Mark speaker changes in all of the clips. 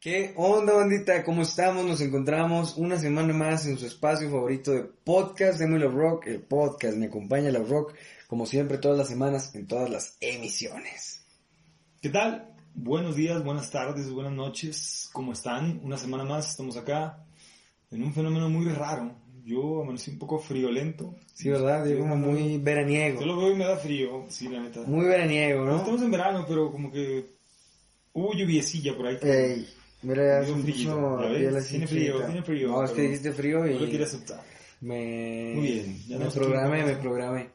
Speaker 1: ¿Qué onda, bandita? ¿Cómo estamos? Nos encontramos una semana más en su espacio favorito de podcast de My Love Rock, el podcast. Me acompaña Love Rock, como siempre, todas las semanas en todas las emisiones.
Speaker 2: ¿Qué tal? Buenos días, buenas tardes, buenas noches. ¿Cómo están? Una semana más estamos acá en un fenómeno muy raro. Yo amanecí un poco friolento.
Speaker 1: Sí, ¿verdad? Yo como muy veraniego.
Speaker 2: Yo lo veo y me da frío, sí, la neta.
Speaker 1: Muy veraniego, ¿no?
Speaker 2: Estamos en verano, pero como que hubo lluviecilla por ahí.
Speaker 1: Ey, mira, ya es
Speaker 2: Medio
Speaker 1: un
Speaker 2: frillito,
Speaker 1: mucho...
Speaker 2: ¿la ves?
Speaker 1: ya la
Speaker 2: Tiene frío,
Speaker 1: chiquita.
Speaker 2: tiene frío,
Speaker 1: No, es que
Speaker 2: pero-
Speaker 1: dijiste frío
Speaker 2: No lo
Speaker 1: y
Speaker 2: quiero aceptar.
Speaker 1: me...
Speaker 2: Muy bien, ya
Speaker 1: me
Speaker 2: nos
Speaker 1: programé, me
Speaker 2: equivocamos.
Speaker 1: programé.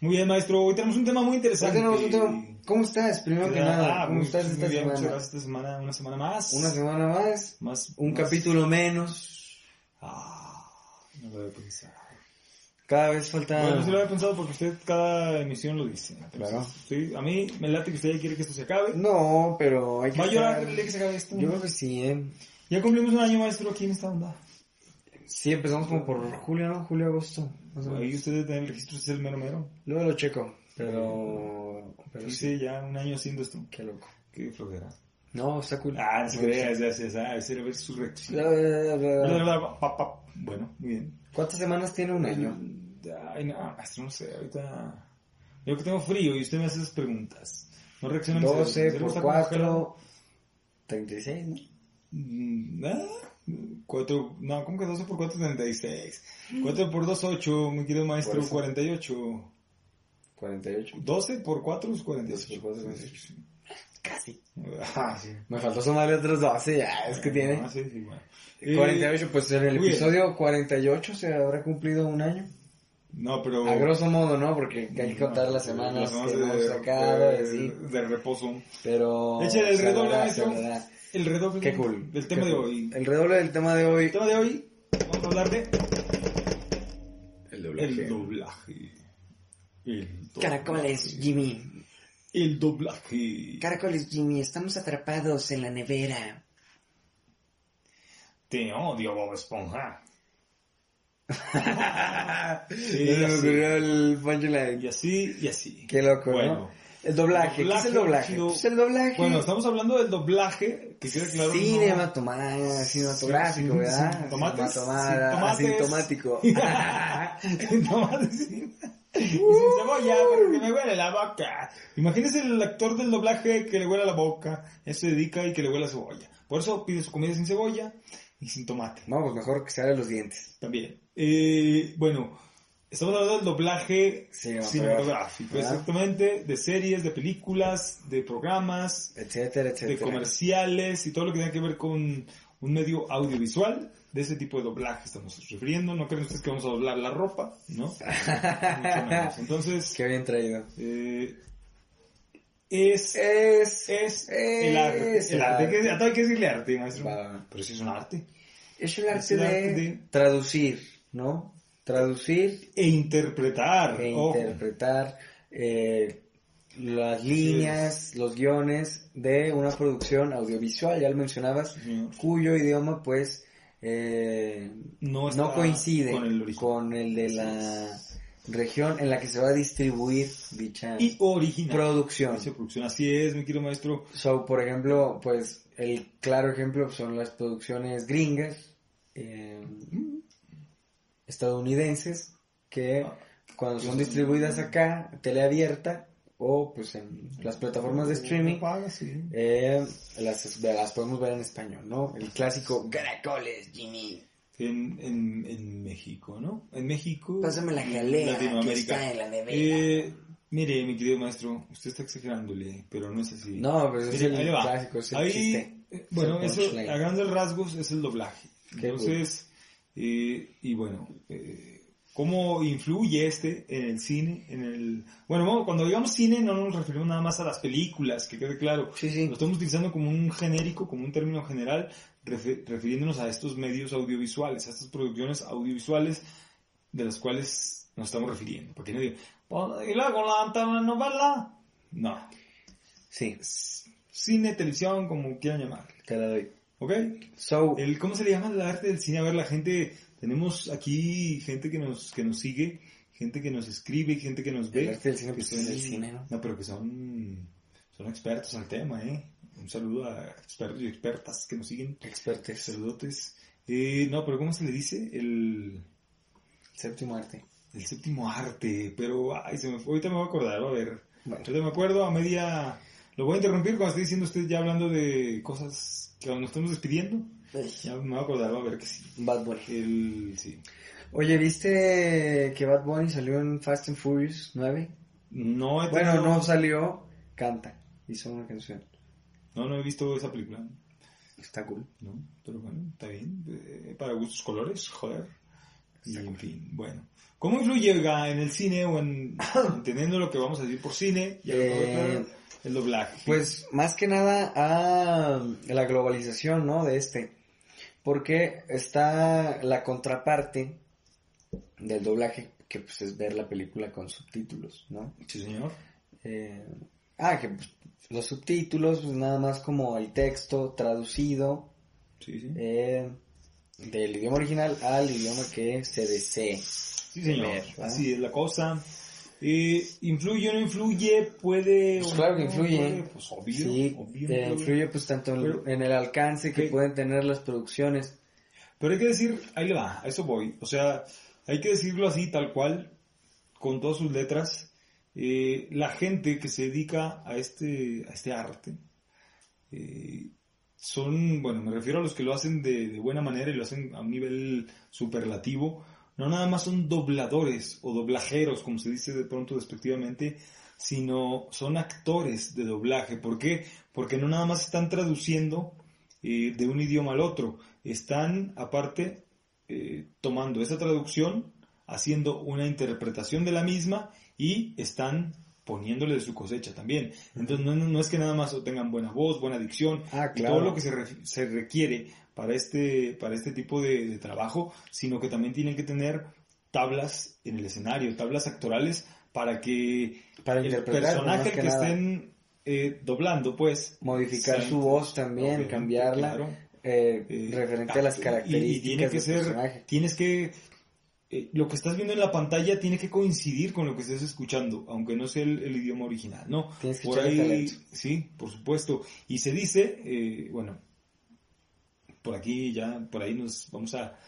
Speaker 2: Muy bien, maestro. Hoy tenemos un tema muy
Speaker 1: Ya
Speaker 2: interesante.
Speaker 1: tenemos un tema. ¿Cómo estás? Primero que
Speaker 2: Ah,
Speaker 1: nada, ¿cómo
Speaker 2: muy-
Speaker 1: estás
Speaker 2: muy
Speaker 1: esta
Speaker 2: bien,
Speaker 1: semana?
Speaker 2: Muchas gracias esta semana. Una semana más.
Speaker 1: Una semana más,
Speaker 2: Más,
Speaker 1: un
Speaker 2: más-
Speaker 1: capítulo menos.
Speaker 2: Ah, no lo había pensado.
Speaker 1: Cada vez falta...
Speaker 2: Bueno, sí lo había pensado porque usted cada emisión lo dice. Entonces,
Speaker 1: Ah. Claro.
Speaker 2: sí, a mí me late que usted ya quiere que esto se acabe.
Speaker 1: No, pero hay que
Speaker 2: ¿Va a llorar
Speaker 1: estar-
Speaker 2: el día que se acabe esto?
Speaker 1: Yo creo que sí, ¿eh?
Speaker 2: Ya cumplimos un año, maestro, aquí en esta onda.
Speaker 1: Sí, empezamos como por julio, ¿no? Julio, agosto. más o menos.
Speaker 2: Ahí usted debe tener el registro, usted es el mero mero.
Speaker 1: Luego lo checo, pero... Pero
Speaker 2: Pero
Speaker 1: sí,
Speaker 2: sí, ya un año haciendo esto.
Speaker 1: qué loco.
Speaker 2: Qué flojera.
Speaker 1: No, está cool.
Speaker 2: Ah, no se crea, ya se ah, ese era ver su
Speaker 1: Bla,
Speaker 2: reacción.
Speaker 1: bla, bla,
Speaker 2: Bla,
Speaker 1: bla,
Speaker 2: bla,
Speaker 1: bla.
Speaker 2: bla, pa, pa. Bueno, muy bien.
Speaker 1: ¿Cuántas semanas tiene un año?
Speaker 2: Ay, no, maestro, no sé, ahorita... Yo que tengo frío y usted me hace esas preguntas. No reacciona.
Speaker 1: 12
Speaker 2: mi cerebro, mi cerebro
Speaker 1: por
Speaker 2: está
Speaker 1: 4, 36, ¿no?
Speaker 2: Mm, ah, cuatro, no, ¿cómo que 12 por 4 36? 4 por 2 8, mi querido
Speaker 1: Por
Speaker 2: maestro,
Speaker 1: eso.
Speaker 2: 48.
Speaker 1: 48.
Speaker 2: 12 por 4 es 48.
Speaker 1: 12 por 4 es Casi.
Speaker 2: Ah, sí.
Speaker 1: Me faltó sumarle otros 12, ya, es que tiene.
Speaker 2: Ah, sí, sí, bueno. Eh,
Speaker 1: 48, pues en el
Speaker 2: muy bien.
Speaker 1: episodio 48 se habrá cumplido un año.
Speaker 2: No, pero
Speaker 1: A grosso modo, ¿no? Porque hay que contar las semanas que no hemos sacado y
Speaker 2: de,
Speaker 1: así.
Speaker 2: de reposo.
Speaker 1: Pero...
Speaker 2: Échale el
Speaker 1: se
Speaker 2: redoble,
Speaker 1: habrá,
Speaker 2: maestro.
Speaker 1: se habrá.
Speaker 2: El redoble
Speaker 1: Qué cool.
Speaker 2: del tema
Speaker 1: qué
Speaker 2: de
Speaker 1: cool.
Speaker 2: hoy.
Speaker 1: El redoble del tema de hoy.
Speaker 2: El tema de hoy vamos a hablar de
Speaker 1: El
Speaker 2: el doblaje. El doblaje.
Speaker 3: Caracoles, Jimmy.
Speaker 2: El doblaje.
Speaker 3: Caracoles, Jimmy. Estamos atrapados en la nevera.
Speaker 2: Te odio, Bob Esponja.
Speaker 1: Ya se me
Speaker 2: sí.
Speaker 1: ocurrió el punchline.
Speaker 2: Y así, y así.
Speaker 1: Qué loco,
Speaker 2: Bueno.
Speaker 1: ¿no? El doblaje. ¿Qué es el doblaje?
Speaker 2: chido.
Speaker 1: Pues el doblaje.
Speaker 2: Bueno, estamos hablando del doblaje, que quede claro. no-
Speaker 1: Cinematoma- cinematográfico,
Speaker 2: Sí,
Speaker 1: ¿verdad?
Speaker 2: sí, tomates,
Speaker 1: Cinematoma-
Speaker 2: sin tomates.
Speaker 1: Asintomático.
Speaker 2: Sin tomate, sin- y sin cebolla, pero que me huele la boca. Imagínese el actor del doblaje que le huele la boca, él se dedica y que le huele la cebolla. Por eso pide su comida sin cebolla y sin tomate.
Speaker 1: Vamos, pues mejor que se abran los dientes.
Speaker 2: También. Eh, bueno, estamos hablando del doblaje cinematográfico,
Speaker 1: ¿verdad?
Speaker 2: exactamente, de series, de películas, de programas,
Speaker 1: Etcétera,
Speaker 2: de
Speaker 1: etcétera.
Speaker 2: comerciales y todo lo que tenga que ver con un medio audiovisual. De ese tipo de doblaje estamos refiriendo. No creen ustedes que vamos a doblar la ropa, ¿no? Mucho menos. Entonces,
Speaker 1: Qué bien traído.
Speaker 2: eh, es,
Speaker 1: Es... es
Speaker 2: es el arte.
Speaker 1: el
Speaker 2: El arte.
Speaker 1: arte.
Speaker 2: ¿Qué- a todo hay que decirle arte, maestro.
Speaker 1: Va, va, va.
Speaker 2: Pero sí es un arte.
Speaker 1: Es el
Speaker 2: Es
Speaker 1: arte
Speaker 2: el
Speaker 1: de,
Speaker 2: arte de-
Speaker 1: traducir, ¿no? Traducir
Speaker 2: E interpretar.
Speaker 1: e
Speaker 2: ojo.
Speaker 1: interpretar eh, las líneas, los guiones de una producción audiovisual, ya lo mencionabas,
Speaker 2: Señor.
Speaker 1: cuyo idioma pues eh,
Speaker 2: No
Speaker 1: no,
Speaker 2: está
Speaker 1: coincide
Speaker 2: con el original.
Speaker 1: con el de la región en la que se va a distribuir dicha
Speaker 2: y original.
Speaker 1: producción.
Speaker 2: Esa producción, así es, mi querido maestro.
Speaker 1: So, por ejemplo, pues el claro ejemplo son las producciones gringas, eh, estadounidenses, que cuando son distribuidas acá, teleabierta, o pues en las plataformas de streaming,
Speaker 2: Eh, Paga, sí.
Speaker 1: eh, las, las podemos ver en español, ¿no? El clásico
Speaker 3: Caracoles, Jimmy.
Speaker 2: En, en, en México, ¿no? En México.
Speaker 3: Pásame la
Speaker 2: en
Speaker 3: jalea que
Speaker 2: Latinoamérica.
Speaker 3: está en la nevera.
Speaker 2: Eh, mire, mi querido maestro, usted está exagerándole, pero no es así.
Speaker 1: No, pero es
Speaker 2: Mire, ahí
Speaker 1: el
Speaker 2: le va.
Speaker 1: clásico, es el
Speaker 2: Ahí,
Speaker 1: chiste.
Speaker 2: eh, Bueno,
Speaker 1: Es el
Speaker 2: eso,
Speaker 1: punchline.
Speaker 2: a grandes rasgos es el doblaje.
Speaker 1: Qué
Speaker 2: Entonces, eh, y bueno, eh, cómo influye este en el cine, en el... Bueno, bueno, cuando digamos cine no nos referimos nada más a las películas, que quede claro.
Speaker 1: Sí, sí.
Speaker 2: Lo estamos utilizando como un genérico, como un término general, refe- refiriéndonos a estos medios audiovisuales, a estas producciones audiovisuales de las cuales nos estamos refiriendo. Porque no digo, "Pues, y luego la novela. No.
Speaker 1: Sí,
Speaker 2: Cine, televisión, como quieran llamarle.
Speaker 1: te la doy.
Speaker 2: ¿Ok?
Speaker 1: So,
Speaker 2: El, ¿Cómo se le llama el arte del cine? A ver, la gente, tenemos aquí gente que nos, que nos sigue, gente que nos escribe, gente que nos ve.
Speaker 1: El arte del cine,
Speaker 2: que
Speaker 1: pues, es el cine, ¿no?
Speaker 2: pero que son, son expertos al tema, ¿eh? Un saludo a expertos y expertas que nos siguen,
Speaker 1: expertes.
Speaker 2: sacerdotes. Eh, no, pero ¿cómo se le dice? El,
Speaker 1: Séptimo arte.
Speaker 2: el séptimo arte, pero ay, se me fue, ahorita me voy a acordar, a ver.
Speaker 1: Bueno.
Speaker 2: Ahorita me acuerdo, a media... Lo voy a interrumpir cuando esté diciendo usted ya hablando de cosas que nos estamos despidiendo. Ya me voy a acordar, va a ver que sí.
Speaker 1: pues, Bad Bunny.
Speaker 2: El, sí.
Speaker 1: Oye, ¿viste que Bad Bunny salió en Fast and Furious 9?
Speaker 2: No he
Speaker 1: Bueno,
Speaker 2: tenido-
Speaker 1: no salió, canta, hizo una canción.
Speaker 2: No, no he visto esa película.
Speaker 1: Está cool.
Speaker 2: No, pero bueno, está bien. eh, para gustos colores, joder. Y, en fin, bueno. ¿Cómo influye oiga, en el cine o en entendiendo lo que vamos a decir por cine y a lo mejor,
Speaker 1: Eh,
Speaker 2: claro, el doblaje?
Speaker 1: Pues más que nada a la globalización, ¿no? De este. Porque está la contraparte del doblaje, que pues es ver la película con subtítulos, ¿no?
Speaker 2: sí, señor.
Speaker 1: Eh, ah, que pues, los subtítulos, pues nada más como el texto traducido
Speaker 2: Sí, sí.
Speaker 1: eh, del idioma original al idioma que se desee.
Speaker 2: Sí, señor.
Speaker 1: ver, ¿verdad?
Speaker 2: Así es la cosa. Eh, ¿Influye o no influye? ¿Puede
Speaker 1: Pues
Speaker 2: o
Speaker 1: claro que
Speaker 2: no
Speaker 1: influye.
Speaker 2: puede? Pues obvio.
Speaker 1: sí,
Speaker 2: obvio,
Speaker 1: eh,
Speaker 2: obvio.
Speaker 1: influye pues tanto en-
Speaker 2: Pero-
Speaker 1: en el alcance que
Speaker 2: Sí.
Speaker 1: pueden tener las producciones.
Speaker 2: Pero hay que decir, ahí le va, a eso voy. O sea, hay que decirlo así, tal cual, con todas sus letras. Eh, la gente que se dedica a este, a este arte eh, son, bueno, me refiero a los que lo hacen de, de buena manera y lo hacen a un nivel superlativo. No nada más son dobladores o doblajeros, como se dice de pronto despectivamente, sino son actores de doblaje. ¿Por qué? Porque no nada más están traduciendo eh, de un idioma al otro. Están, aparte, eh, tomando esa traducción, haciendo una interpretación de la misma y están poniéndole de su cosecha también. Entonces, no, no es que nada más tengan buena voz, buena dicción,
Speaker 1: Ah,
Speaker 2: y
Speaker 1: claro.
Speaker 2: todo lo que se, re- se requiere para este, para este tipo de, de trabajo, sino que también tienen que tener tablas en el escenario, tablas actorales para que
Speaker 1: Para
Speaker 2: el
Speaker 1: interpretar, pues, más
Speaker 2: personaje
Speaker 1: que
Speaker 2: que,
Speaker 1: nada.
Speaker 2: estén eh, doblando, pues,
Speaker 1: modificar
Speaker 2: Sí.
Speaker 1: su voz también,
Speaker 2: Obviamente,
Speaker 1: cambiarla,
Speaker 2: claro.
Speaker 1: eh,
Speaker 2: Eh,
Speaker 1: referente a las
Speaker 2: y- y-
Speaker 1: características
Speaker 2: y tiene que
Speaker 1: del
Speaker 2: ser,
Speaker 1: personaje.
Speaker 2: tienes que eh, lo que estás viendo en la pantalla tiene que coincidir con lo que estés escuchando, aunque no sea el, el idioma original, ¿no?
Speaker 1: Tienes que
Speaker 2: por
Speaker 1: echarle
Speaker 2: ahí,
Speaker 1: talento.
Speaker 2: sí, por supuesto. Y se dice, eh, bueno, por aquí ya, por ahí nos vamos a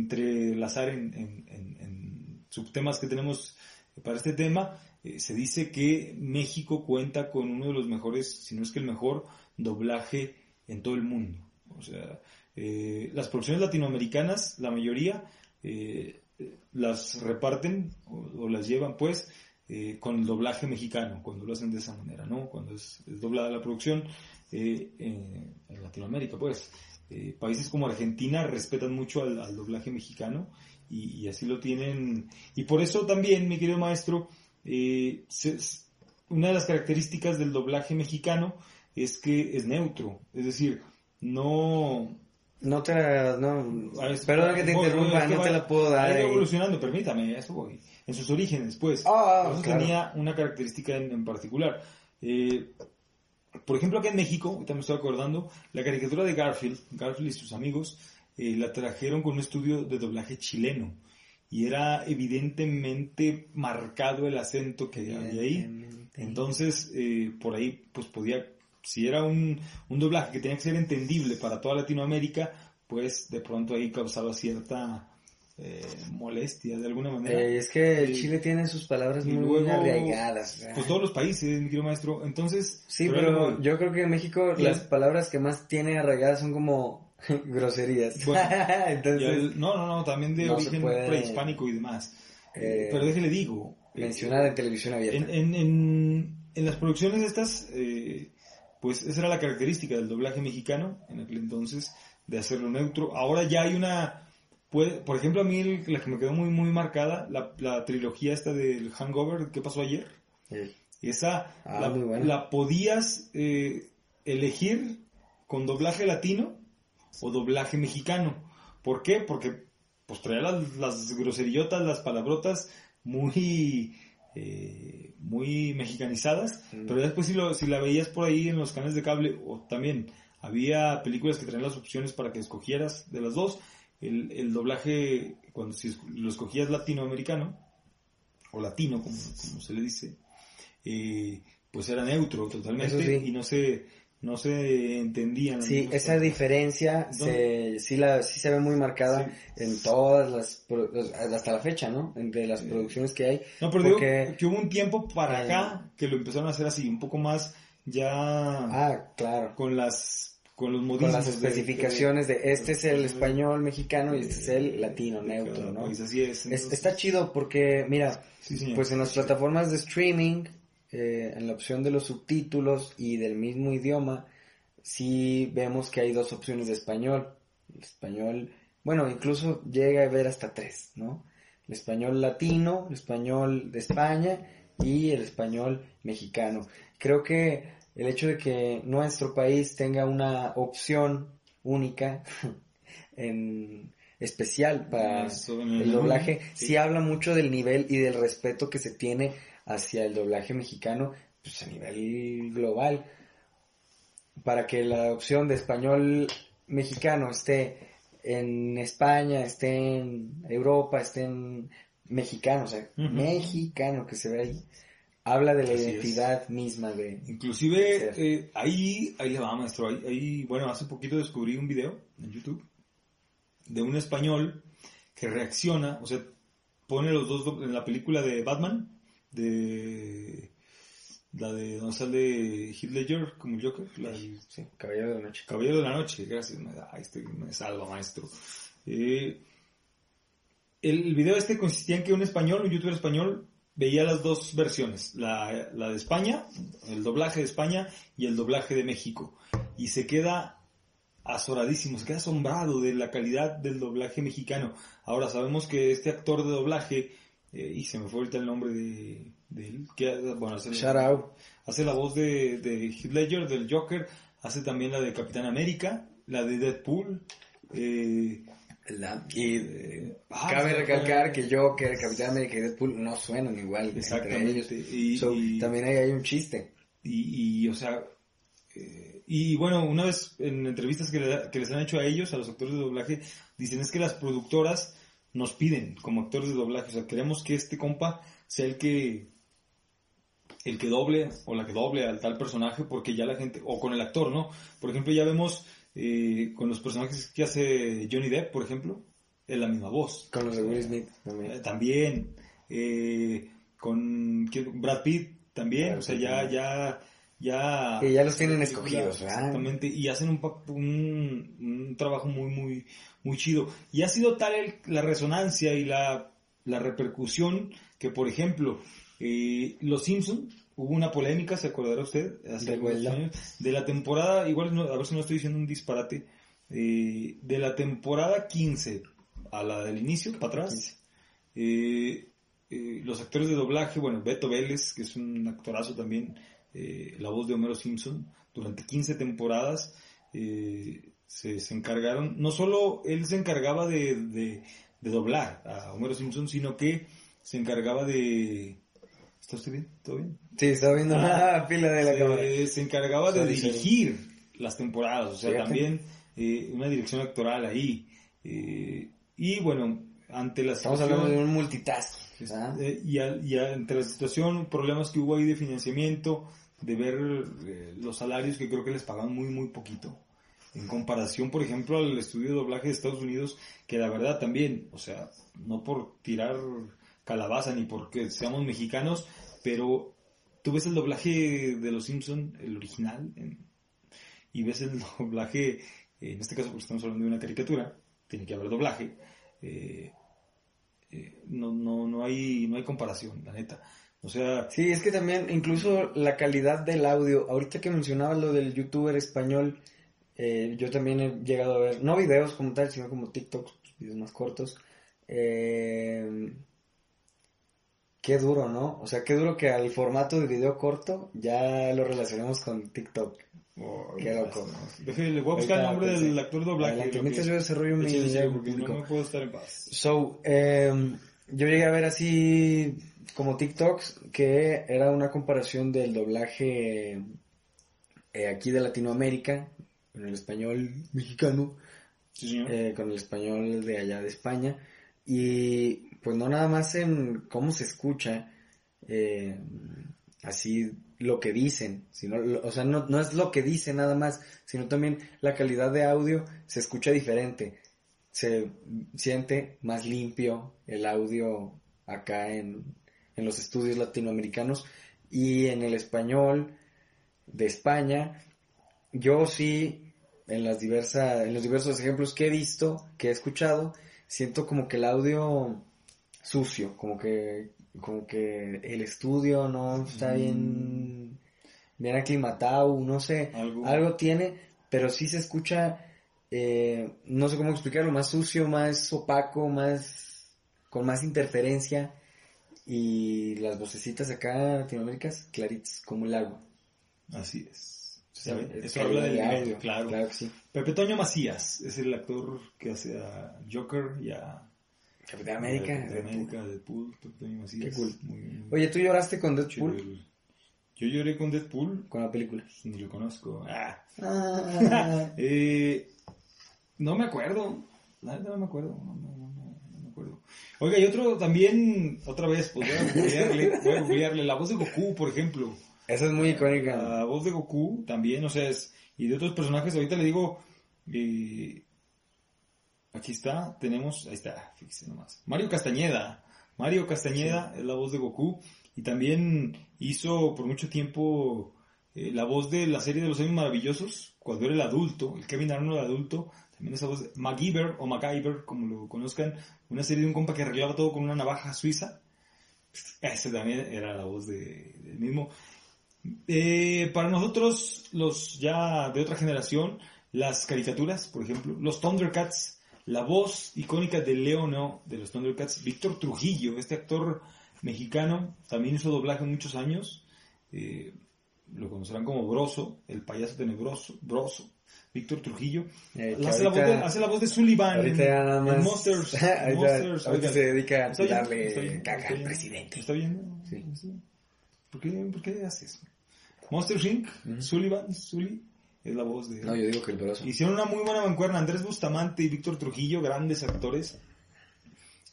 Speaker 2: entrelazar en, en- en- en subtemas que tenemos para este tema. Eh, se dice que México cuenta con uno de los mejores, si no es que el mejor, doblaje en todo el mundo. O sea, eh, las producciones latinoamericanas, la mayoría, eh, eh, las reparten o, o las llevan pues eh, con el doblaje mexicano, cuando lo hacen de esa manera, ¿no? Cuando es, es doblada la producción eh, eh, en Latinoamérica, pues. Eh, países como Argentina respetan mucho al, al doblaje mexicano y, y así lo tienen. Y por eso también, mi querido maestro, eh, se- s- una de las características del doblaje mexicano es que es neutro, es decir, no,
Speaker 1: No te la, no,
Speaker 2: a ver,
Speaker 1: perdón que te
Speaker 2: voy, voy,
Speaker 1: interrumpa,
Speaker 2: es que
Speaker 1: no te
Speaker 2: va-
Speaker 1: la puedo dar.
Speaker 2: Ha ido
Speaker 1: eh.
Speaker 2: evolucionando, permítame, a eso voy. En sus orígenes, pues.
Speaker 1: Ah,
Speaker 2: Por eso
Speaker 1: claro.
Speaker 2: tenía una característica en, en particular. Eh, por ejemplo, acá en México, ahorita me estoy acordando, la caricatura de Garfield, Garfield y sus amigos, eh, la trajeron con un estudio de doblaje chileno. Y era evidentemente marcado el acento que había ahí.
Speaker 1: Evidentemente.
Speaker 2: Entonces, eh, por ahí, pues podía, si era un, un doblaje que tenía que ser entendible para toda Latinoamérica, pues de pronto ahí causaba cierta eh, molestia de alguna manera.
Speaker 1: Eh, es que el
Speaker 2: Y-
Speaker 1: Chile tiene sus palabras
Speaker 2: y
Speaker 1: muy
Speaker 2: luego,
Speaker 1: arraigadas.
Speaker 2: pues todos los países, mi querido maestro. Entonces,
Speaker 1: sí,
Speaker 2: era
Speaker 1: pero
Speaker 2: como-
Speaker 1: yo creo que en México
Speaker 2: Y-
Speaker 1: las palabras que más tiene arraigadas son como groserías.
Speaker 2: Bueno, y
Speaker 1: Entonces,
Speaker 2: al- no, no, no, también de
Speaker 1: no se
Speaker 2: origen
Speaker 1: puede,
Speaker 2: prehispánico y demás.
Speaker 1: eh,
Speaker 2: pero déjele digo. eh,
Speaker 1: mencionada en televisión abierta.
Speaker 2: En, en, en, en las producciones estas, eh, pues esa era la característica del doblaje mexicano en aquel entonces, de hacerlo neutro. Ahora ya hay una, puede, por ejemplo, a mí el- la que me quedó muy, muy marcada, la, la trilogía esta del Hangover, ¿qué pasó ayer? Esa
Speaker 1: Ah,
Speaker 2: la,
Speaker 1: muy buena.
Speaker 2: la podías eh, elegir con doblaje latino o doblaje mexicano. ¿Por qué? Porque pues traía las, las groserillotas, las palabrotas muy eh, muy mexicanizadas,
Speaker 1: Mm.
Speaker 2: pero después si, lo- si la veías por ahí en los canales de cable o también había películas que traían las opciones para que escogieras de las dos, el, el doblaje cuando si es- lo escogías latinoamericano o latino como, como se le dice, eh, pues era neutro totalmente
Speaker 1: Eso sí.
Speaker 2: y no se no se entendían. las
Speaker 1: Sí,
Speaker 2: mismas
Speaker 1: esa
Speaker 2: palabras.
Speaker 1: diferencia se, sí, la, sí se ve muy marcada
Speaker 2: Sí.
Speaker 1: en todas las, pro- hasta la fecha, ¿no? Entre las producciones que hay.
Speaker 2: No, pero digo
Speaker 1: Porque-
Speaker 2: que hubo un tiempo para
Speaker 1: Eh.
Speaker 2: acá que lo empezaron a hacer así, un poco más ya
Speaker 1: Ah, claro.
Speaker 2: con las con los
Speaker 1: Con
Speaker 2: modismos.
Speaker 1: las
Speaker 2: de-
Speaker 1: especificaciones
Speaker 2: eh,
Speaker 1: de este es el español mexicano y
Speaker 2: de-
Speaker 1: este es el latino,
Speaker 2: de cada
Speaker 1: neutro, ¿no?
Speaker 2: país, así es.
Speaker 1: Es-
Speaker 2: entonces-
Speaker 1: está chido porque, mira,
Speaker 2: sí, señor.
Speaker 1: Pues en las plataformas de streaming, eh, en la opción de los subtítulos y del mismo idioma, sí vemos que hay dos opciones de español. El español, bueno, incluso llega a ver hasta tres, ¿no? El español latino, el español de España y el español mexicano. Creo que el hecho de que nuestro país tenga una opción única en especial para
Speaker 2: Eso, en
Speaker 1: el
Speaker 2: el-
Speaker 1: doblaje
Speaker 2: sí.
Speaker 1: sí. habla mucho del nivel y del respeto que se tiene hacia el doblaje mexicano, pues a nivel global. Para que la opción de español mexicano esté en España, esté en Europa, esté en mexicano, o sea,
Speaker 2: Ujú.
Speaker 1: mexicano que se ve ahí, habla de la
Speaker 2: Así es.
Speaker 1: identidad misma de...
Speaker 2: Inclusive
Speaker 1: Sí.
Speaker 2: eh, ahí ahí le va maestro, ahí, ahí, bueno hace poquito descubrí un video en YouTube de un español que reacciona, o sea pone los dos do- en la película de Batman de la de donde sale Heath Ledger como Joker, la del
Speaker 1: Sí, Caballero de la Noche.
Speaker 2: Caballero de la Noche, gracias, me, ay, este, me salva, maestro. Eh, el video este consistía en que un español, un youtuber español, veía las dos versiones, la, la de España, el doblaje de España y el doblaje de México. Y se queda azoradísimo, se queda asombrado de la calidad del doblaje mexicano. Ahora sabemos que este actor de doblaje, eh, y se me fue ahorita el nombre de, de él, que, bueno, hace-
Speaker 1: Shout out.
Speaker 2: Hace la voz de, de Heath Ledger, del Joker, hace también la de Capitán América, la de Deadpool. eh,
Speaker 1: Y
Speaker 2: eh, ah,
Speaker 1: Cabe
Speaker 2: se me
Speaker 1: recalcar
Speaker 2: fue.
Speaker 1: que Joker, el Capitán América y Deadpool no suenan igual entre ellos.
Speaker 2: Exactamente. Y,
Speaker 1: So,
Speaker 2: y-
Speaker 1: también ahí hay un chiste.
Speaker 2: y, y, o sea, eh, y bueno, una vez en entrevistas que, le- que les han hecho a ellos, a los actores de doblaje, dicen es que las productoras nos piden como actores de doblaje, o sea, queremos que este compa sea el que el que doble o la que doble al tal personaje porque ya la gente, o con el actor, ¿no? Por ejemplo, ya vemos eh, con los personajes que hace Johnny Depp, por ejemplo, es la misma voz.
Speaker 1: Con los de Will Smith.
Speaker 2: Eh,
Speaker 1: también.
Speaker 2: también eh, con ¿quién? Brad Pitt también
Speaker 1: Brad
Speaker 2: o sea
Speaker 1: Pitt
Speaker 2: ya
Speaker 1: también.
Speaker 2: ya ya
Speaker 1: Que ya los tienen escogidos, ¿verdad?
Speaker 2: exactamente y hacen un, pa- un, un trabajo muy muy muy chido y ha sido tal el- la resonancia y la la repercusión que por ejemplo eh, los Simpson hubo una polémica se acordará usted hace
Speaker 1: De
Speaker 2: algunos
Speaker 1: huelga.
Speaker 2: años, de la temporada igual no- a ver si no estoy diciendo un disparate eh, de la temporada 15 a la del inicio para atrás eh, eh, los actores de doblaje, bueno, Beto Vélez, que es un actorazo también, eh, la voz de Homero Simpson, durante 15 temporadas eh, se, se encargaron, no solo él se encargaba de, de- de doblar a Homero Simpson, sino que se encargaba de... ¿Está usted bien? ¿Todo bien?
Speaker 1: Sí, estaba viendo
Speaker 2: Ah,
Speaker 1: la pila de la
Speaker 2: se,
Speaker 1: cámara.
Speaker 2: se encargaba de
Speaker 1: Sorry, sorry.
Speaker 2: dirigir las temporadas, o sea,
Speaker 1: Fíjate.
Speaker 2: también eh, una dirección actoral ahí. eh, y bueno, ante las
Speaker 1: Estamos hablando de un multitask.
Speaker 2: es-
Speaker 1: ¿verdad?
Speaker 2: eh, y, al- y al- entre la situación, problemas que hubo ahí de financiamiento, de ver eh, los salarios que creo que les pagaban muy, muy poquito. En comparación, por ejemplo, al estudio de doblaje de Estados Unidos, que la verdad también, o sea, no por tirar calabaza ni porque seamos mexicanos, pero tú ves el doblaje de Los Simpson, el original, en- y ves el doblaje, eh, en este caso porque estamos hablando de una caricatura, tiene que haber doblaje, eh, eh, no, no, no hay, no hay comparación, la neta. O sea,
Speaker 1: Sí, es que también incluso la calidad del audio. Ahorita que mencionabas lo del youtuber español, eh, yo también he llegado a ver, no videos como tal, sino como TikToks videos más cortos. Eh, qué duro, ¿no? O sea, qué duro que al formato de video corto ya lo relacionemos con TikTok.
Speaker 2: Oh,
Speaker 1: Qué loco.
Speaker 2: Deje, le voy a buscar el
Speaker 1: Ahorita
Speaker 2: nombre
Speaker 1: pensé.
Speaker 2: del actor doblaje.
Speaker 1: Adelante,
Speaker 2: lo
Speaker 1: mientras
Speaker 2: que-
Speaker 1: yo desarrollo mi
Speaker 2: Échale, échale,
Speaker 1: idea
Speaker 2: porque
Speaker 1: público.
Speaker 2: No me puedo estar en paz.
Speaker 1: So, em, yo llegué a ver así como TikToks que era una comparación del doblaje eh, aquí de Latinoamérica, en el español mexicano,
Speaker 2: Sí, señor.
Speaker 1: eh, con el español de allá de España. Y pues no nada más en cómo se escucha, eh, así lo que dicen, sino, lo- o sea, no, no es lo que dicen nada más, sino también la calidad de audio se escucha diferente. Se siente más limpio el audio acá en, en los estudios latinoamericanos y en el español de España. Yo sí, en, las diversa, en los diversos ejemplos que he visto, que he escuchado, siento como que el audio sucio, como que, como que el estudio no está bien, bien aclimatado, no sé,
Speaker 2: Algo.
Speaker 1: algo, tiene, pero sí se escucha, eh, no sé cómo explicarlo, más sucio, más opaco, más, con más interferencia, y las vocecitas acá en Latinoamérica, claritas, como el agua.
Speaker 2: Así es. ¿Sabe?
Speaker 1: ¿sabes?
Speaker 2: Eso habla del
Speaker 1: calidad de
Speaker 2: nivel, claro.
Speaker 1: Claro que sí.
Speaker 2: Pepe Toño Macías es el actor que hace a Joker y a
Speaker 1: Capitán América.
Speaker 2: Capitán América, Deadpool, Pepe Toño Macías.
Speaker 1: Qué cool.
Speaker 2: Muy, muy
Speaker 1: Oye, ¿tú lloraste con
Speaker 2: chido.
Speaker 1: Deadpool?
Speaker 2: Yo lloré con Deadpool,
Speaker 1: Con la película.
Speaker 2: ni lo conozco. Ah.
Speaker 1: Ah,
Speaker 2: Eh, no me acuerdo. La verdad no me acuerdo. No, no, no, no, no me acuerdo. Oiga, y otro también, otra vez, pues voy a googlearle, voy a googlearle. La voz de Goku, por ejemplo.
Speaker 1: esa es muy icónica.
Speaker 2: La voz de Goku también, o sea, es, y de otros personajes, ahorita le digo, eh, aquí está, tenemos, ahí está, fíjese nomás. Mario Castañeda, Mario Castañeda es la voz de Goku y también hizo por mucho tiempo eh, la voz de la serie de los años maravillosos, cuando era el adulto, el Kevin Arnold adulto, también esa voz, MacGyver o MacGyver, como lo conozcan, una serie de un compa que arreglaba todo con una navaja suiza. Ese también era la voz de- del mismo. Eh, para nosotros, los ya de otra generación, las caricaturas, por ejemplo, los Thundercats, la voz icónica de Leono de los Thundercats, Víctor Trujillo, este actor mexicano, también hizo doblaje muchos años, eh, lo conocerán como Broso, el payaso tenebroso, Broso, Víctor Trujillo,
Speaker 1: Eh, que
Speaker 2: hace, la voz de,
Speaker 1: ahorita-
Speaker 2: hace la voz de Sullivan,
Speaker 1: Ahorita ya nada
Speaker 2: en
Speaker 1: más.
Speaker 2: Monsters, en
Speaker 1: ahorita,
Speaker 2: Monsters,
Speaker 1: ahorita
Speaker 2: oigan.
Speaker 1: se dedica a
Speaker 2: Está bien, está
Speaker 1: darle
Speaker 2: bien,
Speaker 1: caca
Speaker 2: está
Speaker 1: al
Speaker 2: bien.
Speaker 1: presidente.
Speaker 2: Está bien.
Speaker 1: Pues Sí.
Speaker 2: Sí. ¿Por qué, por qué haces? Monster Inc., Sullivan, Sully, es la voz de...
Speaker 1: No, yo digo que el brazo.
Speaker 2: Hicieron una muy buena mancuerna. Andrés Bustamante y Víctor Trujillo, grandes actores.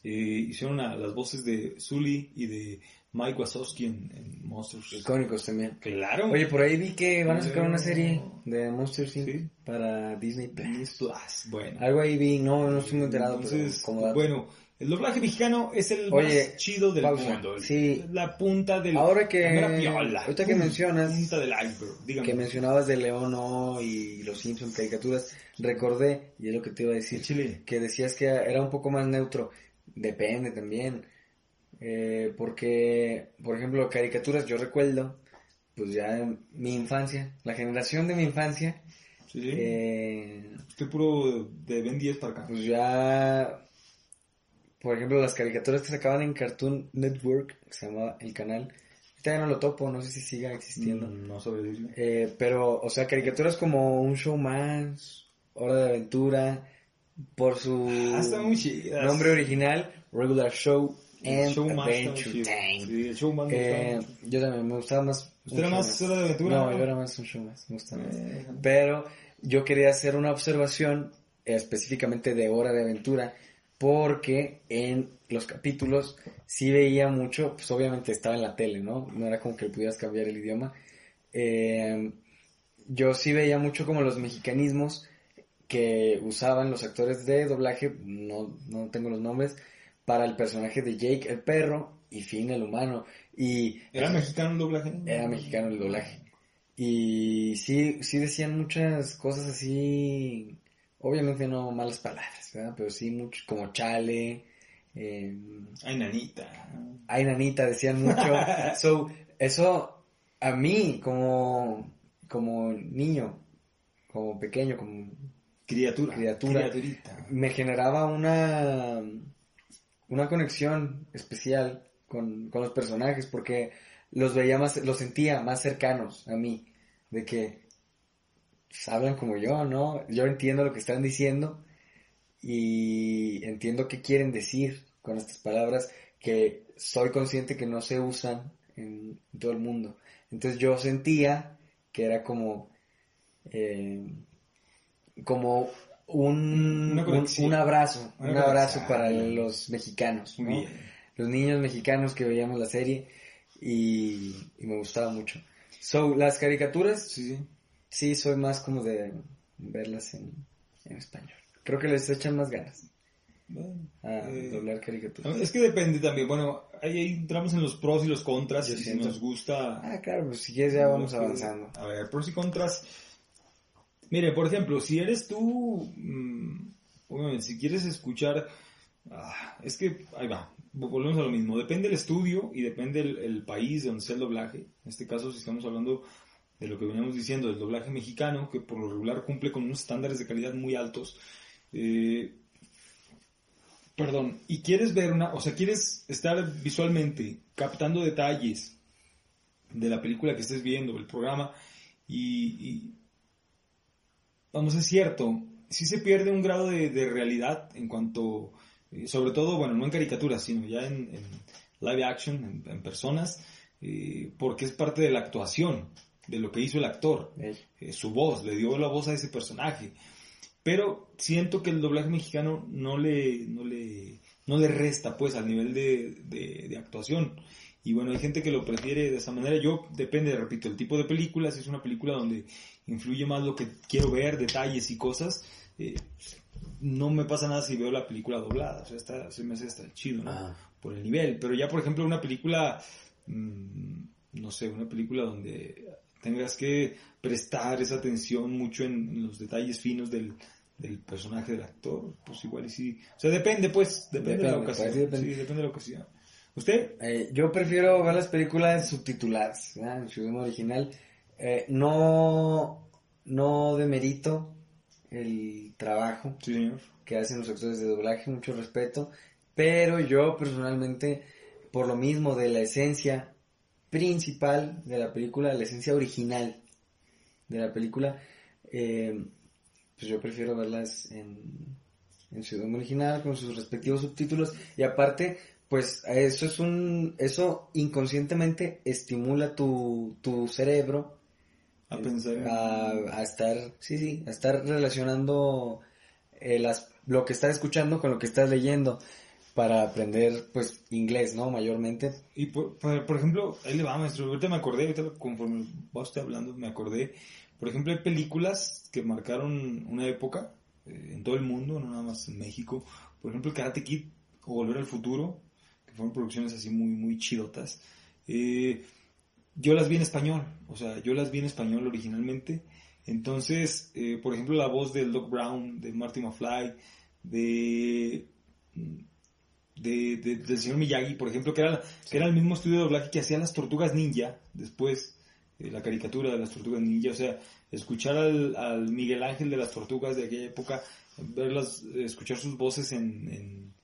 Speaker 2: eh, hicieron una- las voces de Sully y de Mike Wazowski en, en Monsters.
Speaker 1: Icónicos también.
Speaker 2: Claro.
Speaker 1: Oye, por ahí vi que van a sacar una
Speaker 2: Sí.
Speaker 1: serie de Monsters Inc.
Speaker 2: Mm. Sí.
Speaker 1: para Disney Plus.
Speaker 2: Disney Plus, ah, Bueno.
Speaker 1: Algo ahí vi, ah, no, no estoy muy enterado,
Speaker 2: Entonces,
Speaker 1: pero como dato.
Speaker 2: bueno, el doblaje mexicano es el
Speaker 1: Oye,
Speaker 2: más chido del
Speaker 1: pausa.
Speaker 2: mundo. el-
Speaker 1: Sí.
Speaker 2: La punta del...
Speaker 1: Ahora que-
Speaker 2: la mera piola. Mm.
Speaker 1: ahorita que
Speaker 2: Pum,
Speaker 1: mencionas-
Speaker 2: Punta del iceberg, dígame.
Speaker 1: que mencionabas de León no y los Simpson caricaturas, recordé, y es lo que te iba a decir,
Speaker 2: El chile.
Speaker 1: que decías que era un poco más neutro. Depende también. Eh, porque, por ejemplo, caricaturas, yo recuerdo, pues ya en mi infancia, la generación de mi infancia,
Speaker 2: Sí, sí.
Speaker 1: eh,
Speaker 2: Estoy puro de Ben 10 para acá.
Speaker 1: pues ya, por ejemplo, las caricaturas que sacaban en Cartoon Network, que se llamaba el canal, ya no lo topo, no sé si siga existiendo.
Speaker 2: Mm, No sobre decirle.
Speaker 1: Eh, pero, o sea, caricaturas como un show más, Hora de Aventura, por su
Speaker 2: Ah, está muy chidas.
Speaker 1: nombre original, Regular Show and
Speaker 2: Showman está muy
Speaker 1: Adventure
Speaker 2: chido.
Speaker 1: Time.
Speaker 2: Sí, el showman me
Speaker 1: Eh,
Speaker 2: gustaba mucho.
Speaker 1: yo también me gustaba más.
Speaker 2: ¿Usted era
Speaker 1: un
Speaker 2: más
Speaker 1: show
Speaker 2: Hora de aventura?
Speaker 1: No, yo era más un show más, me gustaba más.
Speaker 2: Eh,
Speaker 1: Pero yo quería hacer una observación eh, específicamente de Hora de Aventura, porque en los capítulos sí veía mucho, pues obviamente estaba en la tele, ¿no? No era como que pudieras cambiar el idioma. Eh, yo sí veía mucho como los mexicanismos que usaban los actores de doblaje, no, no tengo los nombres, para el personaje de Jake el perro y Finn el humano. Y
Speaker 2: ¿Era mexicano el doblaje?
Speaker 1: era mexicano el doblaje. Y sí, sí decían muchas cosas así, obviamente no malas palabras, ¿verdad? Pero sí mucho, como chale, eh,
Speaker 2: Ay, nanita.
Speaker 1: ay nanita, decían mucho. So, eso a mí como, como niño, como pequeño, como
Speaker 2: Criatura.
Speaker 1: Criatura.
Speaker 2: Criaturita.
Speaker 1: me generaba una, una conexión especial con, con los personajes porque los veía más, los sentía más cercanos a mí, de que pues, hablan como yo, ¿no? Yo entiendo lo que están diciendo y entiendo qué quieren decir con estas palabras que soy consciente que no se usan en todo el mundo. Entonces yo sentía que era como, eh, como un,
Speaker 2: Una
Speaker 1: un-
Speaker 2: conexión.
Speaker 1: un abrazo,
Speaker 2: Una
Speaker 1: un abrazo
Speaker 2: conexión. Ah,
Speaker 1: para los mexicanos,
Speaker 2: Muy
Speaker 1: ¿no?
Speaker 2: bien.
Speaker 1: los niños mexicanos que veíamos la serie y, y me gustaba mucho. So, las caricaturas,
Speaker 2: Sí, sí.
Speaker 1: sí, soy más como de verlas en, en español. Creo que les echan más ganas
Speaker 2: Bueno,
Speaker 1: a
Speaker 2: eh,
Speaker 1: Ah, doblar caricaturas.
Speaker 2: Es que depende también. Bueno, ahí ahí entramos en los pros y los contras.
Speaker 1: Yo
Speaker 2: y si
Speaker 1: siento.
Speaker 2: nos gusta.
Speaker 1: Ah, claro, pues si quieres ya vamos
Speaker 2: lo que-
Speaker 1: avanzando.
Speaker 2: A ver, pros y contras. Mire, por ejemplo, si eres tú, mm, obviamente, si quieres escuchar, ah, es que ahí va, volvemos a lo mismo. Depende el estudio y depende el, el país de donde sea el doblaje. En este caso, si estamos hablando de lo que veníamos diciendo, del doblaje mexicano, que por lo regular cumple con unos estándares de calidad muy altos. eh, perdón, y quieres ver una, o sea, quieres estar visualmente captando detalles de la película que estés viendo, el programa, y, y- vamos, es cierto, sí se pierde un grado de, de realidad en cuanto, eh, sobre todo, bueno, no en caricaturas, sino ya en, en live action, en, en personas, eh, porque es parte de la actuación, de lo que hizo el actor
Speaker 1: Ey.
Speaker 2: eh, su voz, le dio la voz a ese personaje. Pero siento que el doblaje mexicano no le, no le, no le resta pues al nivel de, de- de actuación. Y bueno, hay gente que lo prefiere de esa manera. Yo depende, repito, el tipo de película. Si es una película donde influye más lo que quiero ver, detalles y cosas, eh, no me pasa nada si veo la película doblada. O sea, está, se me hace hasta chido,
Speaker 1: Ah,
Speaker 2: ¿no? por el nivel. Pero ya, por ejemplo, una película, mm, no sé, una película donde tengas que prestar esa atención mucho en, en los detalles finos del, del personaje del actor, pues igual y sí. O sea, depende, pues, depende, de la
Speaker 1: Depende, pues,
Speaker 2: ocasión.
Speaker 1: sí, depende.
Speaker 2: Sí, depende de la ocasión. ¿Usted?
Speaker 1: Eh, yo prefiero ver las películas subtituladas, ¿verdad? en su idioma original. Eh, no, no demerito el trabajo
Speaker 2: Sí, señor.
Speaker 1: que hacen los actores de doblaje, mucho respeto, pero yo personalmente, por lo mismo de la esencia principal de la película, la esencia original de la película, eh, pues yo prefiero verlas en, en su idioma original, con sus respectivos subtítulos, y aparte, pues eso es un, eso inconscientemente estimula tu, tu cerebro
Speaker 2: A pensar. en-
Speaker 1: a, a estar, sí, sí, a estar relacionando eh, las, lo que estás escuchando con lo que estás leyendo para aprender, pues, inglés, ¿no? Mayormente.
Speaker 2: Y por, por, por ejemplo, ahí le va, maestro. Ahorita me acordé, ahorita conforme va usted hablando, me acordé. Por ejemplo, hay películas que marcaron una época eh, en todo el mundo, no nada más en México. Por ejemplo, el Karate Kid o Volver al Futuro, que fueron producciones así muy, muy chidotas. Eh, yo las vi en español, o sea, yo las vi en español originalmente. Entonces, eh, por ejemplo, la voz del Doc Brown, de Marty McFly, de de, de- del señor Miyagi, por ejemplo, que era, que era el mismo estudio de doblaje que hacía las tortugas ninja, después eh, la caricatura de las tortugas ninja, o sea, escuchar al, al Miguel Ángel de las tortugas de aquella época, verlas, eh, escuchar sus voces en, en,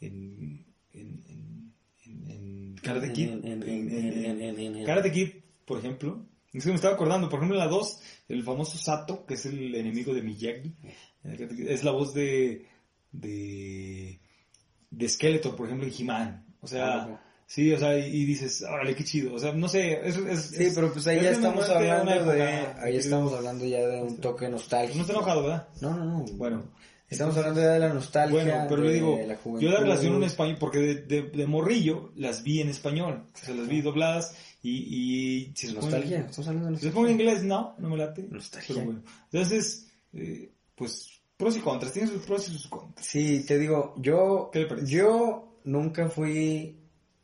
Speaker 2: en, en, en- en- en Karate Kid,
Speaker 1: En- en-
Speaker 2: en- en- en-
Speaker 1: en- en- en-
Speaker 2: Karate Kid, por ejemplo. Es que me estaba acordando, por ejemplo, en la 2, el famoso Sato, que es el enemigo de Miyagi, es la voz de, de, de Skeletor, por ejemplo, en He-Man. O sea,
Speaker 1: Ah, ok.
Speaker 2: sí, o sea, y, y dices, órale, qué chido. O sea, no sé, es... es-
Speaker 1: Sí,
Speaker 2: es-
Speaker 1: pero pues ahí
Speaker 2: es
Speaker 1: ya
Speaker 2: de una
Speaker 1: estamos
Speaker 2: muerte a una
Speaker 1: hablando de,
Speaker 2: época. este,
Speaker 1: ahí estamos hablando ya de un toque nostálgico.
Speaker 2: No está enojado, ¿verdad?
Speaker 1: No, no, no.
Speaker 2: Bueno.
Speaker 1: Estamos hablando ya de la nostalgia.
Speaker 2: Bueno, pero
Speaker 1: de
Speaker 2: le digo,
Speaker 1: la
Speaker 2: yo
Speaker 1: juventud.
Speaker 2: la relaciono en español, porque de, de- de morrillo las vi en español, o sea, las vi dobladas y... y si se supone-
Speaker 1: Ah. Nostalgia, estamos hablando de nostalgia.
Speaker 2: Si les pongo en inglés, no, no me late.
Speaker 1: Nostalgia.
Speaker 2: Pero bueno. Entonces, eh, pues, pros y contras. Tiene sus pros y sus contras.
Speaker 1: Sí, te digo, yo,
Speaker 2: ¿Qué le parece?
Speaker 1: yo nunca fui,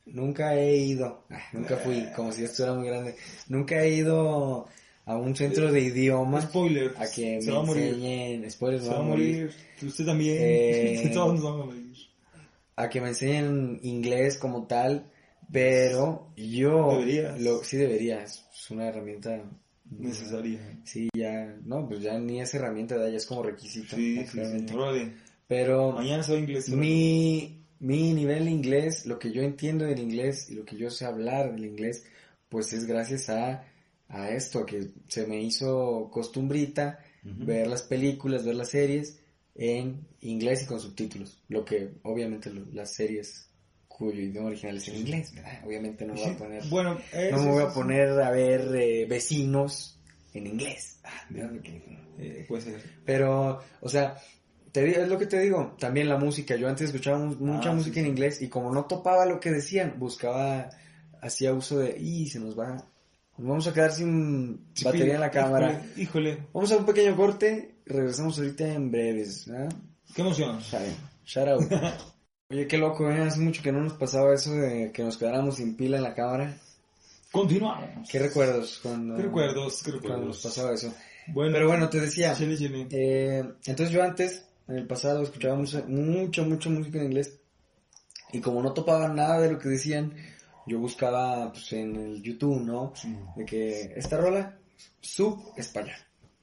Speaker 1: nunca he ido, ah, nunca fui, como si esto era muy grande, nunca he ido a un centro de idiomas
Speaker 2: Spoiler.
Speaker 1: pues, a que
Speaker 2: se
Speaker 1: me
Speaker 2: va a morir.
Speaker 1: enseñen, spoilers,
Speaker 2: Se
Speaker 1: me
Speaker 2: va a morir. Usted también.
Speaker 1: Eh,
Speaker 2: Todos nos vamos a morir.
Speaker 1: a que me enseñen inglés como tal, pero yo
Speaker 2: Deberías.
Speaker 1: lo sí debería, es una herramienta
Speaker 2: necesaria.
Speaker 1: Sí, ya, no, pues ya ni es herramienta, ¿verdad? ya es como requisito.
Speaker 2: Sí, sí, sí.
Speaker 1: Exactamente.
Speaker 2: Órale.
Speaker 1: Pero
Speaker 2: Mañana soy inglés.
Speaker 1: Pues mi, mi nivel de inglés, lo que yo entiendo del inglés y lo que yo sé hablar del inglés, pues es gracias a, a esto, a que se me hizo costumbrita
Speaker 2: Ujú.
Speaker 1: ver las películas, ver las series en inglés y con subtítulos. Lo que obviamente lo- las series cuyo idioma original es en inglés, ¿verdad? Obviamente no voy a poner...
Speaker 2: Pues Bueno, eh,
Speaker 1: No
Speaker 2: sí,
Speaker 1: me voy a
Speaker 2: sí,
Speaker 1: poner a ver eh, vecinos en inglés. Ah, ¿verdad? Porque-
Speaker 2: sí. Eh, puede ser.
Speaker 1: Pero, o sea, te di- es lo que te digo. También la música. Yo antes escuchaba mu- mucha
Speaker 2: Ah, sí,
Speaker 1: música en inglés y como no topaba lo que decían, buscaba, hacía uso de, y se nos va, nos vamos a quedar sin
Speaker 2: Sí,
Speaker 1: batería en la
Speaker 2: híjole,
Speaker 1: cámara.
Speaker 2: Híjole,
Speaker 1: Vamos a un pequeño corte, regresamos ahorita en breves. ¿verdad?
Speaker 2: qué emoción.
Speaker 1: Está bien. Shout out. Oye, qué loco, ¿eh? Hace mucho que no nos pasaba eso de que nos quedáramos sin pila en la cámara.
Speaker 2: Continuamos.
Speaker 1: ¿Qué recuerdos? Cuando,
Speaker 2: ¿Qué recuerdos? ¿Qué
Speaker 1: Cuando nos
Speaker 2: recuerdos?
Speaker 1: pasaba eso.
Speaker 2: Bueno,
Speaker 1: Ah, Pero bueno, te decía,
Speaker 2: chile, chile.
Speaker 1: eh, entonces yo antes, en el pasado, escuchaba mucha, mucha, mucha música en inglés. Y como no topaba nada de lo que decían, yo buscaba pues, en el YouTube, ¿no? De que esta rola, sub España.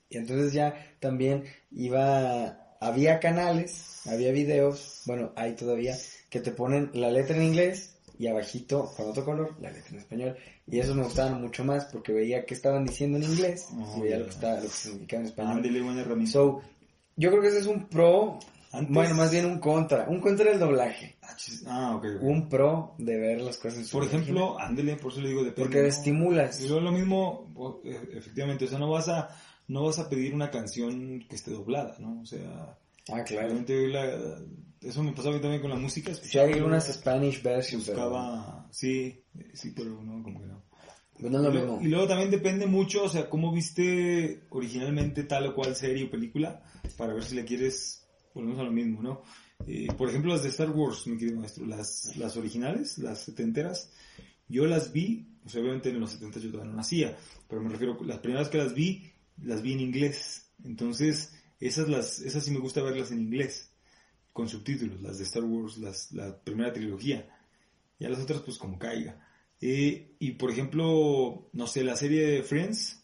Speaker 1: Y entonces ya también iba, había canales, había videos, bueno, hay todavía, que te ponen la letra en inglés y abajito, con otro color, la letra en español. Y esos me gustaban mucho más porque veía qué estaban diciendo en inglés
Speaker 2: Oh,
Speaker 1: y veía lo
Speaker 2: ya.
Speaker 1: que, estaba, lo que significaba en español.
Speaker 2: Ándele, buena herramienta.
Speaker 1: So, yo creo que ese es un pro,
Speaker 2: Antes-
Speaker 1: bueno, más bien un contra, un contra del doblaje,
Speaker 2: Ah, chis- Ah, ok. ok.
Speaker 1: un pro de ver las cosas en su
Speaker 2: Por
Speaker 1: original.
Speaker 2: ejemplo, ándele, por eso le digo depende.
Speaker 1: porque
Speaker 2: ¿no?
Speaker 1: estimulas.
Speaker 2: Y luego lo mismo, o- e- efectivamente, o sea, no vas a, no vas a pedir una canción que esté doblada, ¿no? O sea,
Speaker 1: Ah, claro.
Speaker 2: realmente hoy la- eso me pasaba a mí también con la música.
Speaker 1: Si hay unas Spanish versions, pero-
Speaker 2: Buscaba, sí, eh, sí, pero no, como que no.
Speaker 1: Pues no es lo
Speaker 2: y, luego,
Speaker 1: mismo.
Speaker 2: y luego también depende mucho, o sea, cómo viste originalmente tal o cual serie o película, para ver si le quieres, volvemos a lo mismo, ¿no? Eh, por ejemplo, las de Star Wars, mi querido maestro, las, las originales, las setenteras, yo las vi, o sea, obviamente en los 70 yo todavía no nacía, pero me refiero, las primeras que las vi, las vi en inglés. Entonces, esas, las, esas sí me gusta verlas en inglés, con subtítulos, las de Star Wars, las, la primera trilogía. Y a las otras, pues como caiga. Eh, y por ejemplo, no sé, la serie de Friends,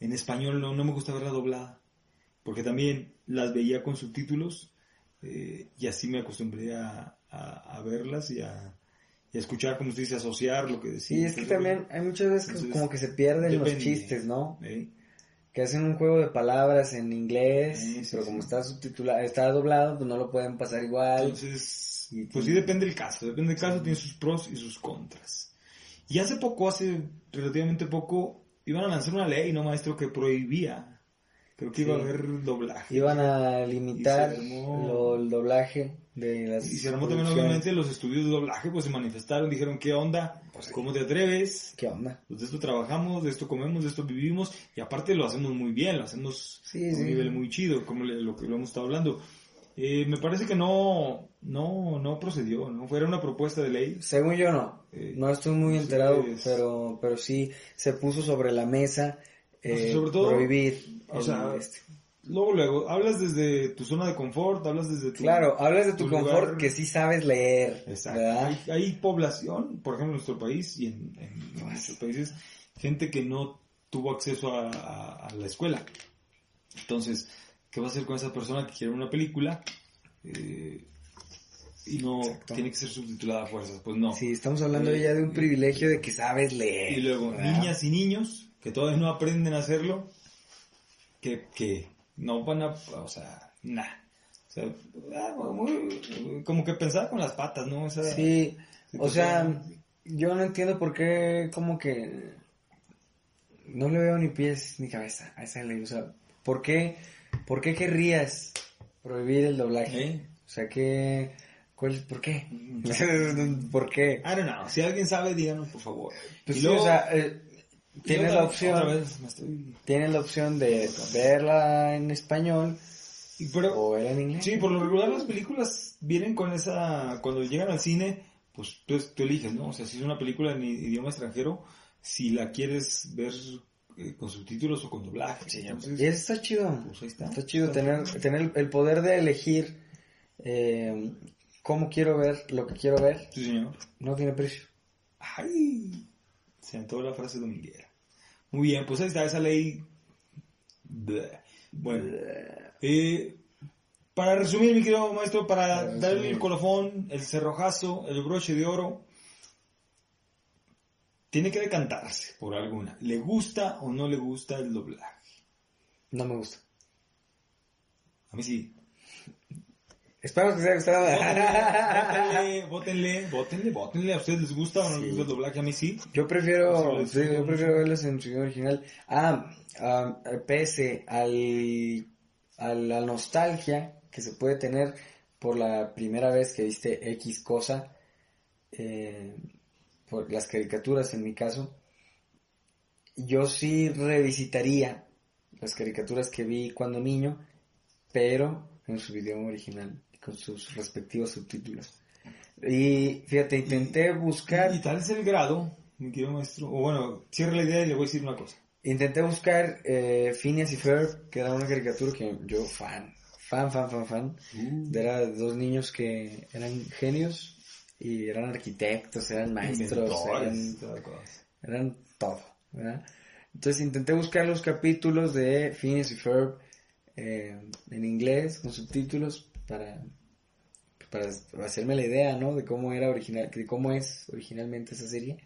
Speaker 2: en español no, no me gusta verla doblada, porque también las veía con subtítulos eh, y así me acostumbré a, a- a verlas y a, y a escuchar, como usted dice, asociar lo que decía.
Speaker 1: Sí, es que también hay muchas veces que
Speaker 2: Entonces,
Speaker 1: como que se pierden los
Speaker 2: depende.
Speaker 1: chistes, ¿no?
Speaker 2: Eh,
Speaker 1: Que hacen un juego de palabras en inglés,
Speaker 2: Sí, sí,
Speaker 1: pero como
Speaker 2: sí.
Speaker 1: está subtitulado, está doblado, pues no lo pueden pasar igual.
Speaker 2: Entonces,
Speaker 1: Y-
Speaker 2: pues sí depende del caso, depende del caso, tiene sus pros y sus contras. Y hace poco, hace relativamente poco, iban a lanzar una ley, ¿no, maestro? Que prohibía, creo que iba a
Speaker 1: Sí.
Speaker 2: haber doblaje.
Speaker 1: Iban a limitar
Speaker 2: Y se armó-
Speaker 1: lo- el doblaje de las
Speaker 2: Y se armó también,
Speaker 1: producciones.
Speaker 2: obviamente, los estudios de doblaje, pues se manifestaron, dijeron, ¿qué onda?
Speaker 1: Pues
Speaker 2: ¿Cómo te atreves?
Speaker 1: ¿Qué onda?
Speaker 2: Pues de esto trabajamos, de esto comemos, de esto vivimos, y aparte lo hacemos muy bien, lo hacemos
Speaker 1: Sí,
Speaker 2: a
Speaker 1: sí.
Speaker 2: un nivel muy chido, como le- lo que lo hemos estado hablando. Eh, me parece que no, no, no procedió, ¿no? Fuera una propuesta de ley,
Speaker 1: Según yo no.
Speaker 2: Eh,
Speaker 1: No estoy muy
Speaker 2: no sé
Speaker 1: enterado,
Speaker 2: qué es.
Speaker 1: pero, pero sí se puso sobre la mesa
Speaker 2: sea,
Speaker 1: eh,
Speaker 2: sobre todo,
Speaker 1: prohibir.
Speaker 2: o
Speaker 1: el- este.
Speaker 2: sea, Luego, luego, hablas desde tu zona de confort, hablas desde tu...
Speaker 1: Claro, hablas de tu
Speaker 2: tu
Speaker 1: confort
Speaker 2: lugar-
Speaker 1: que sí sabes leer.
Speaker 2: Exacto.
Speaker 1: ¿verdad?
Speaker 2: Hay, hay población, por ejemplo en nuestro país y en, en- en nuestros países, gente que no tuvo acceso a, a- a la escuela. Entonces, ¿qué va a hacer con esa persona que quiere ver una película eh, y no
Speaker 1: Exacto.
Speaker 2: tiene que ser subtitulada a fuerzas? Pues no.
Speaker 1: Sí, estamos hablando ya de un privilegio de que sabes leer.
Speaker 2: Y luego,
Speaker 1: ¿verdad?
Speaker 2: niñas y niños que todavía no aprenden a hacerlo, que, que no van a, o sea, nada. O sea, ah, muy- como que pensaba con las patas, ¿no? Esa-
Speaker 1: Sí, o
Speaker 2: situación.
Speaker 1: sea, yo no entiendo por qué, como que. No le veo ni pies ni cabeza a esa ley. O sea, ¿por qué, por qué querrías prohibir el doblaje?
Speaker 2: ¿Eh?
Speaker 1: O sea, ¿qué. ¿Cuál, ¿Por qué?
Speaker 2: Mm.
Speaker 1: ¿Por qué?
Speaker 2: I don't know. Si alguien sabe, díganos, por favor.
Speaker 1: Pues
Speaker 2: Y
Speaker 1: sí,
Speaker 2: luego-
Speaker 1: o sea, eh,
Speaker 2: y
Speaker 1: tienes
Speaker 2: otra-
Speaker 1: la opción.
Speaker 2: otra vez me estoy-
Speaker 1: Tienes la opción de verla en español
Speaker 2: Y pero-
Speaker 1: o verla en inglés.
Speaker 2: sí, por lo regular las películas vienen con esa... Cuando llegan al cine, pues tú, tú eliges, ¿no? O sea, si es una película en i- idioma extranjero, si la quieres ver eh, con subtítulos o con doblaje. Entonces,
Speaker 1: Y eso está chido.
Speaker 2: pues ahí está.
Speaker 1: Está chido tener, tener el poder de elegir eh, cómo quiero ver lo que quiero ver.
Speaker 2: Sí, señor.
Speaker 1: No tiene precio.
Speaker 2: Ay, se me antojó la frase dominguera. Muy bien, pues ahí está esa ley. Bleh. Bueno. eh, para resumir, mi querido maestro, para
Speaker 1: Para
Speaker 2: darle
Speaker 1: resumir.
Speaker 2: el colofón, el cerrojazo, el broche de oro, tiene que decantarse por alguna. ¿Le gusta o no le gusta el doblaje?
Speaker 1: No me gusta.
Speaker 2: A mí sí.
Speaker 1: Espero que les haya gustado.
Speaker 2: Vótenle, Vótenle, vótenle, vótenle. ¿A ustedes les gusta o no les gusta el doblaje? A mí sí.
Speaker 1: Yo
Speaker 2: Sí,
Speaker 1: prefiero,
Speaker 2: lo
Speaker 1: sí,
Speaker 2: disfruto
Speaker 1: yo
Speaker 2: mucho.
Speaker 1: prefiero verlas en su idioma original. Ah, ah, pese al, a la nostalgia que se puede tener por la primera vez que viste X cosa, eh, por las caricaturas en mi caso, yo sí revisitaría las caricaturas que vi cuando niño, pero en su idioma original, con sus respectivos subtítulos. Y fíjate, intenté buscar...
Speaker 2: Y tal es el grado, mi querido maestro. O bueno, cierre la idea y le voy a decir una cosa.
Speaker 1: Intenté buscar eh, Phineas y Ferb, que era una caricatura que yo fan, fan, fan, fan, fan. Era de dos niños que eran genios y eran arquitectos, eran maestros, eh.
Speaker 2: Inventores,
Speaker 1: eran,
Speaker 2: toda cosa.
Speaker 1: eran todo, ¿verdad? Entonces intenté buscar los capítulos de Phineas y Ferb eh, en inglés con subtítulos para, para hacerme la idea, ¿no? De cómo era original, de cómo es originalmente esa serie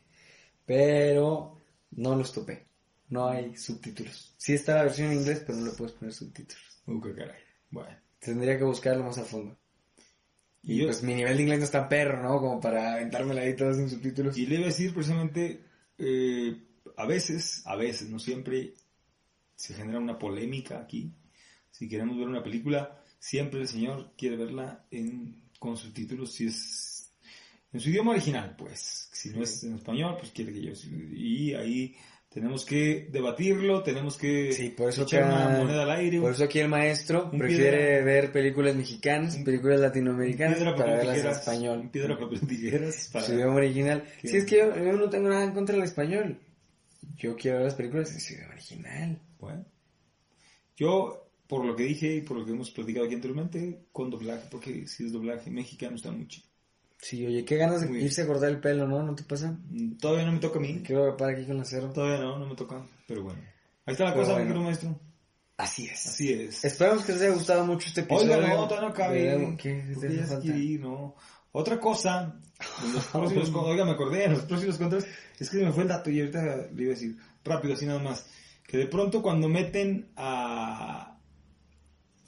Speaker 1: pero no los topé. No hay subtítulos. Sí está la versión en inglés, pero no le puedes poner subtítulos.
Speaker 2: Uh, qué caray. Bueno.
Speaker 1: Tendría que buscarlo más a fondo.
Speaker 2: Y,
Speaker 1: Y
Speaker 2: yo,
Speaker 1: pues mi nivel de inglés no es tan perro, ¿no? Como para aventármela ahí todas sin subtítulos.
Speaker 2: y le iba a decir precisamente, eh, a veces, a veces, no siempre se genera una polémica aquí. Si queremos ver una película, siempre el señor quiere verla en, con subtítulos si es en su idioma original, pues. Si no es en español, pues quiere que yo... Y ahí tenemos que debatirlo, tenemos que
Speaker 1: Sí, por eso
Speaker 2: echar
Speaker 1: acá-
Speaker 2: una moneda al aire.
Speaker 1: Por eso aquí el maestro
Speaker 2: Un
Speaker 1: prefiere
Speaker 2: piedra-
Speaker 1: ver películas mexicanas, películas latinoamericanas
Speaker 2: piedra,
Speaker 1: para
Speaker 2: papel,
Speaker 1: verlas en
Speaker 2: tijeras.
Speaker 1: español.
Speaker 2: Piedra, papel, tijeras. Para...
Speaker 1: Su idioma original.
Speaker 2: Sí.
Speaker 1: Si es que yo, yo no tengo nada en contra del español. Yo quiero ver las películas en su idioma original.
Speaker 2: Bueno. Yo, por lo que dije y por lo que hemos platicado aquí anteriormente, con doblaje, porque si es doblaje mexicano está mucho.
Speaker 1: Sí, oye, qué ganas de
Speaker 2: Muy bien.
Speaker 1: irse a cortar el pelo, ¿no? ¿No te pasa?
Speaker 2: Mm, Todavía no me toca a mí.
Speaker 1: Quiero para aquí con la cero.
Speaker 2: Todavía no, no me toca. Pero bueno. Ahí está la
Speaker 1: Pero
Speaker 2: cosa, mi
Speaker 1: bueno.
Speaker 2: querido maestro.
Speaker 1: Así es.
Speaker 2: Así es.
Speaker 1: Esperamos que les haya gustado mucho este episodio.
Speaker 2: Oiga, no, todavía no
Speaker 1: Veamos
Speaker 2: cabe.
Speaker 1: ¿Qué les
Speaker 2: Porque
Speaker 1: hace
Speaker 2: ya se
Speaker 1: falta.
Speaker 2: quiere ir, ¿no? Otra cosa, en los pros y los con- oiga, me acordé, en los pros y los contras, es que se me fue el dato y ahorita le iba a decir rápido, así nada más, que de pronto cuando meten a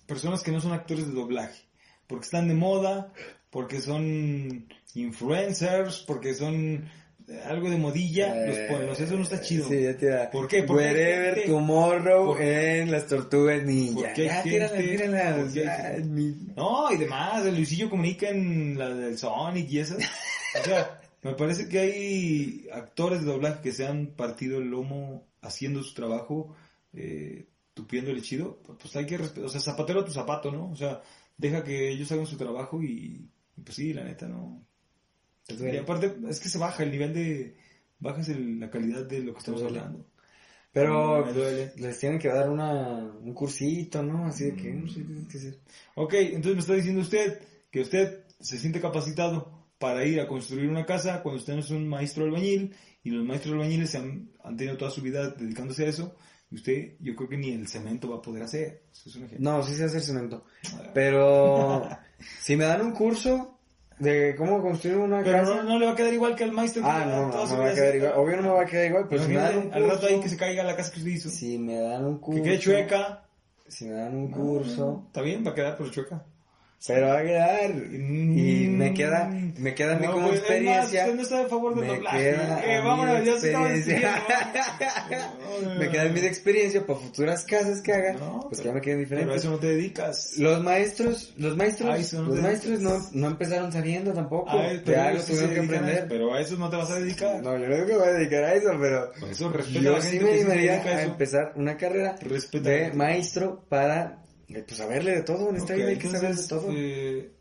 Speaker 2: personas que no son actores de doblaje, porque están de moda, porque son influencers, porque son eh, algo de modilla, los
Speaker 1: Eh,
Speaker 2: ponen, o sea, eso no está chido.
Speaker 1: Sí, ya tira.
Speaker 2: ¿Por qué? Porque hay
Speaker 1: Wherever
Speaker 2: gente-
Speaker 1: tomorrow
Speaker 2: ¿Por
Speaker 1: en las tortugas ninja.
Speaker 2: Porque hay
Speaker 1: Ya,
Speaker 2: gente-
Speaker 1: tíralas, tíralas.
Speaker 2: porque hay
Speaker 1: Ya,
Speaker 2: gente-
Speaker 1: mi-
Speaker 2: No, y demás, el Luisillo comunica en la del Sonic y esas. O sea, me parece que hay actores de doblaje que se han partido el lomo haciendo su trabajo, eh, tupiéndole chido. Pues hay que respetar, o sea, zapatero a tu zapato, ¿no? O sea, deja que ellos hagan su trabajo y, pues sí, la neta, no.
Speaker 1: Pues
Speaker 2: Y aparte, es que se baja el nivel de, bajas el- la calidad de lo que estamos
Speaker 1: Duele.
Speaker 2: hablando.
Speaker 1: Pero
Speaker 2: Me duele.
Speaker 1: les tienen que dar una, un cursito, ¿no? Así de que, no sé, tienen que ser.
Speaker 2: Ok, entonces me está diciendo usted que usted se siente capacitado para ir a construir una casa cuando usted no es un maestro albañil y los maestros albañiles se han, han tenido toda su vida dedicándose a eso y usted yo creo que ni el cemento va a poder hacer. Eso es un ejemplo.
Speaker 1: No, sí sé hacer cemento.
Speaker 2: Ah,
Speaker 1: Pero si me dan un curso de cómo construir una
Speaker 2: Pero
Speaker 1: casa.
Speaker 2: no, no le va a quedar igual que al maestro. que
Speaker 1: ah, no,
Speaker 2: toda
Speaker 1: no
Speaker 2: su
Speaker 1: me
Speaker 2: vida
Speaker 1: va a quedar
Speaker 2: hace-
Speaker 1: igual. Obvio no me va a quedar igual, pero si me dan un
Speaker 2: Imagínate,
Speaker 1: curso.
Speaker 2: al rato ahí que se caiga la casa que usted hizo.
Speaker 1: Si me dan un curso.
Speaker 2: que quede chueca.
Speaker 1: Si me dan un curso.
Speaker 2: No, no, Está bien, va a quedar pero chueca.
Speaker 1: Pero va a quedar. Y
Speaker 2: Mm.
Speaker 1: me queda, me queda a mí
Speaker 2: No,
Speaker 1: como
Speaker 2: pues, es más,
Speaker 1: experiencia.
Speaker 2: usted no está a favor del
Speaker 1: me
Speaker 2: doblaje.
Speaker 1: queda
Speaker 2: Eh,
Speaker 1: a mí
Speaker 2: vámonos, ya se estaba
Speaker 1: experiencia.
Speaker 2: despidiendo, vámonos.
Speaker 1: me queda a mí de experiencia para futuras casas que haga.
Speaker 2: No,
Speaker 1: pues que
Speaker 2: pero-
Speaker 1: ya me queden
Speaker 2: Pero a
Speaker 1: diferentes.
Speaker 2: eso no te dedicas.
Speaker 1: Los maestros, los maestros,
Speaker 2: A eso no
Speaker 1: los
Speaker 2: te-
Speaker 1: maestros no, no empezaron sabiendo tampoco.
Speaker 2: A eso- pero
Speaker 1: ya lo
Speaker 2: ellos sí se
Speaker 1: tuvieron que
Speaker 2: dedican a eso,
Speaker 1: aprender.
Speaker 2: Pero a eso no te vas a dedicar.
Speaker 1: No, yo no digo que voy a dedicar a eso, pero
Speaker 2: Por eso respeta a
Speaker 1: yo
Speaker 2: la
Speaker 1: sí
Speaker 2: gente
Speaker 1: me
Speaker 2: que sí se
Speaker 1: animaría
Speaker 2: dedica a
Speaker 1: a
Speaker 2: eso.
Speaker 1: empezar una carrera
Speaker 2: Respeta.
Speaker 1: de maestro para, eh, pues, saberle de todo. En esta
Speaker 2: Ok,
Speaker 1: vida hay que saber de
Speaker 2: entonces,
Speaker 1: todo.
Speaker 2: eh,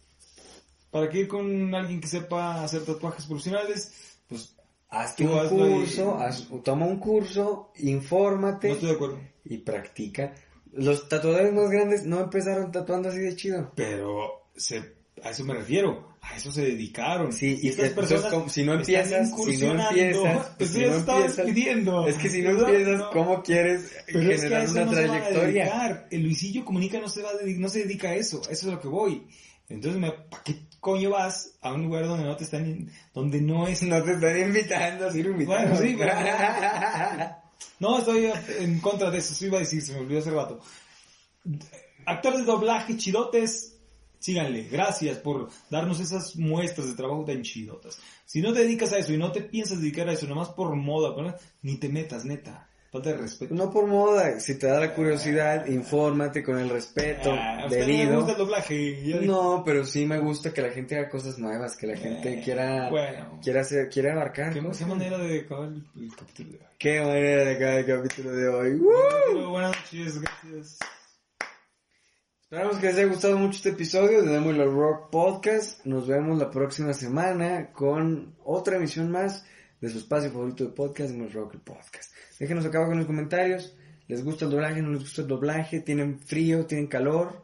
Speaker 2: para que ir con alguien que sepa hacer tatuajes profesionales, pues
Speaker 1: Hazte
Speaker 2: Tú
Speaker 1: un
Speaker 2: hazlo y-
Speaker 1: curso, haz- toma un curso, infórmate
Speaker 2: no estoy de acuerdo.
Speaker 1: y practica. Los tatuadores más grandes no empezaron tatuando así de chido.
Speaker 2: Pero se A eso me refiero, a eso se dedicaron.
Speaker 1: Sí, y
Speaker 2: estas
Speaker 1: te- entonces, como si no
Speaker 2: están
Speaker 1: empiezas, si no
Speaker 2: incursionando,
Speaker 1: empiezas,
Speaker 2: pues
Speaker 1: si
Speaker 2: ya
Speaker 1: no
Speaker 2: se estaba
Speaker 1: empiezas,
Speaker 2: despidiendo.
Speaker 1: Es que si no
Speaker 2: ¿verdad?
Speaker 1: empiezas,
Speaker 2: No.
Speaker 1: ¿cómo quieres
Speaker 2: Pero es que a
Speaker 1: generar
Speaker 2: eso
Speaker 1: una
Speaker 2: no Se va a
Speaker 1: trayectoria?
Speaker 2: dedicar. el Luisillo Comunica no se, va a dedi- no se dedica a eso, a eso es a lo que voy. Entonces, me- ¿para qué coño vas a un lugar donde no te están, in- donde no es...
Speaker 1: no te están invitando a ser invitado.
Speaker 2: Bueno, sí, No, estoy en contra de eso, eso iba a decir, se me olvidó hace rato. Actores de doblaje, chidotes, síganle, gracias por darnos esas muestras de trabajo tan chidotas. Si no te dedicas a eso y no te piensas dedicar a eso, nomás por moda, por- ni te metas, neta, falta de respeto.
Speaker 1: No por moda, si te da la curiosidad, infórmate con el respeto
Speaker 2: Ah, a usted no le
Speaker 1: debido.
Speaker 2: gusta el doblaje. ya dijo.
Speaker 1: No, pero sí me gusta que la gente haga cosas nuevas, que la gente
Speaker 2: Eh,
Speaker 1: quiera,
Speaker 2: Bueno,
Speaker 1: quiera hacer, quiera abarcar.
Speaker 2: qué, eh?
Speaker 1: cosas.
Speaker 2: qué manera de acabar el, el capítulo de hoy.
Speaker 1: Qué manera de acabar el capítulo de hoy. ¡Woo!
Speaker 2: Pero buenas noches, gracias.
Speaker 1: Esperamos que les haya gustado mucho este episodio de Demo y los Rock Podcast. Nos vemos la próxima semana con otra emisión más de su espacio favorito de podcast, Demo y los Rock el Podcast. Déjenos acá abajo en los comentarios. ¿Les gusta el doblaje? ¿No les gusta el doblaje? ¿Tienen frío? ¿Tienen calor?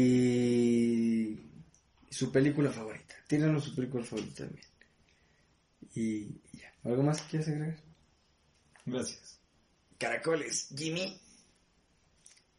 Speaker 1: Y su película favorita. Tírenos su película favorita también. Y ya. ¿Algo más que quieras agregar?
Speaker 2: Gracias.
Speaker 3: Caracoles, Jimmy.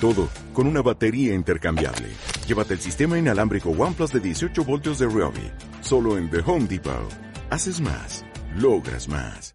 Speaker 4: Todo con una batería intercambiable. Llévate el sistema inalámbrico OnePlus de 18 voltios de Ryobi solo en The Home Depot. Haces más logras más.